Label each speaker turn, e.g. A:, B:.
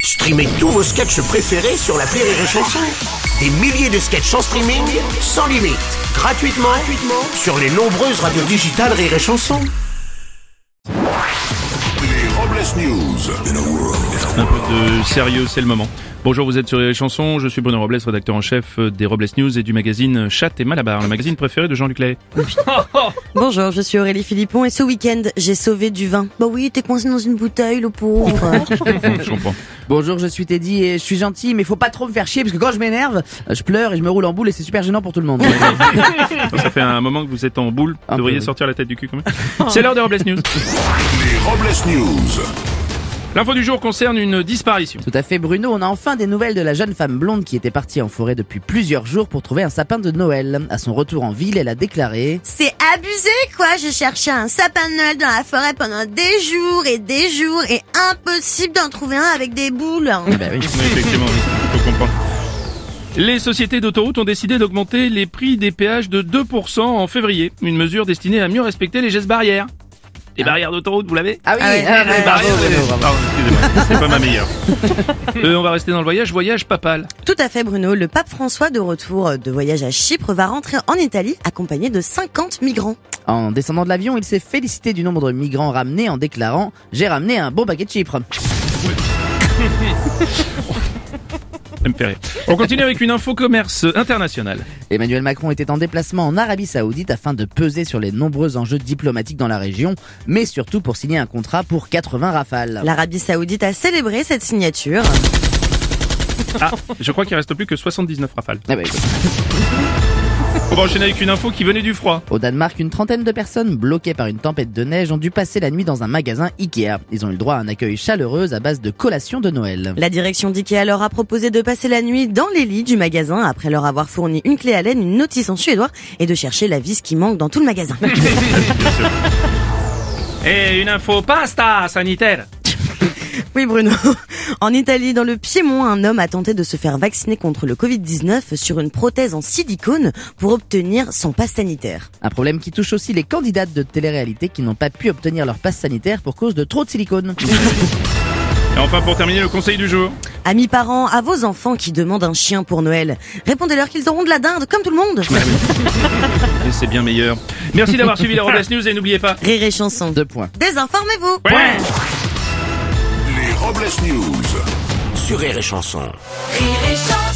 A: Streamez tous vos sketchs préférés sur la Rire et Chanson. Des milliers de sketchs en streaming, sans limite, gratuitement, gratuitement sur les nombreuses radios digitales Rire et Chanson.
B: Les Robles News in a world.
C: Un peu de sérieux, c'est le moment. Bonjour, vous êtes sur les chansons, je suis Bruno Robles, rédacteur en chef des Robles News et du magazine Chat et Malabar, le magazine préféré de Jean-Luc Lay.
D: Bonjour, je suis Aurélie Philippon et ce week-end, j'ai sauvé du vin. Bah oui, t'es coincé dans une bouteille, le pauvre.
C: je comprends.
E: Bonjour, je suis Teddy et je suis gentil, mais faut pas trop me faire chier parce que quand je m'énerve, euh, je pleure et je me roule en boule et c'est super gênant pour tout le monde.
C: Ça fait un moment que vous êtes en boule, vous
E: peu,
C: devriez
E: oui.
C: sortir la tête du cul quand même. C'est l'heure des Robles News.
B: Les Robles News.
C: L'info du jour concerne une disparition.
E: tout à fait, Bruno, on a enfin des nouvelles de la jeune femme blonde qui était partie en forêt depuis plusieurs jours pour trouver un sapin de Noël. À son retour en ville, elle a déclaré
D: C'est abusé, quoi. Je cherchais un sapin de Noël dans la forêt pendant des jours et des jours et impossible d'en trouver un avec des boules.
E: Eh ben oui.
C: Oui, effectivement, oui, je comprends. Les sociétés d'autoroutes ont décidé d'augmenter les prix des péages de 2% en février, une mesure destinée à mieux respecter les gestes barrières. Les barrières d'autoroute, vous l'avez
E: Ah oui,
D: ouais,
E: ah,
D: ouais, ouais,
E: bravo,
C: Pardon,
E: Bruno, bravo.
C: excusez-moi, c'est pas ma meilleure. Euh, on va rester dans le voyage, voyage papal.
D: Tout à fait, Bruno. Le pape François, de retour de voyage à Chypre, va rentrer en Italie accompagné de 50 migrants.
E: En descendant de l'avion, il s'est félicité du nombre de migrants ramenés en déclarant J'ai ramené un bon paquet de Chypre.
C: Ça me fait rire. On continue avec une info commerce internationale.
E: Emmanuel Macron était en déplacement en Arabie Saoudite afin de peser sur les nombreux enjeux diplomatiques dans la région, mais surtout pour signer un contrat pour 80 rafales.
D: L'Arabie Saoudite a célébré cette signature.
C: Ah, je crois qu'il reste plus que 79 rafales.
E: Eh ben, écoute.
C: On va enchaîner avec une info qui venait du froid.
E: Au Danemark, une trentaine de personnes bloquées par une tempête de neige ont dû passer la nuit dans un magasin Ikea. Ils ont eu le droit à un accueil chaleureux à base de collations de Noël.
D: La direction d'IKEA leur a proposé de passer la nuit dans les lits du magasin après leur avoir fourni une clé Allen, une notice en suédois et de chercher la vis qui manque dans tout le magasin.
C: Et une info pasta sanitaire.
D: Oui Bruno, en Italie, dans le Piémont, un homme a tenté de se faire vacciner contre le Covid-19 sur une prothèse en silicone pour obtenir son passe sanitaire.
E: Un problème qui touche aussi les candidates de télé-réalité qui n'ont pas pu obtenir leur passe sanitaire pour cause de trop de silicone.
C: Et enfin, pour terminer, le conseil du jour.
D: Amis parents, à vos enfants qui demandent un chien pour Noël, répondez-leur qu'ils auront de la dinde comme tout le monde.
C: Et c'est bien meilleur. Merci d'avoir suivi les Robles News et n'oubliez pas.
D: Rire et chanson.
E: Deux points.
D: Désinformez-vous.
B: Les Robles News.
A: Sur Rire et Chanson.
F: Rire et chanson.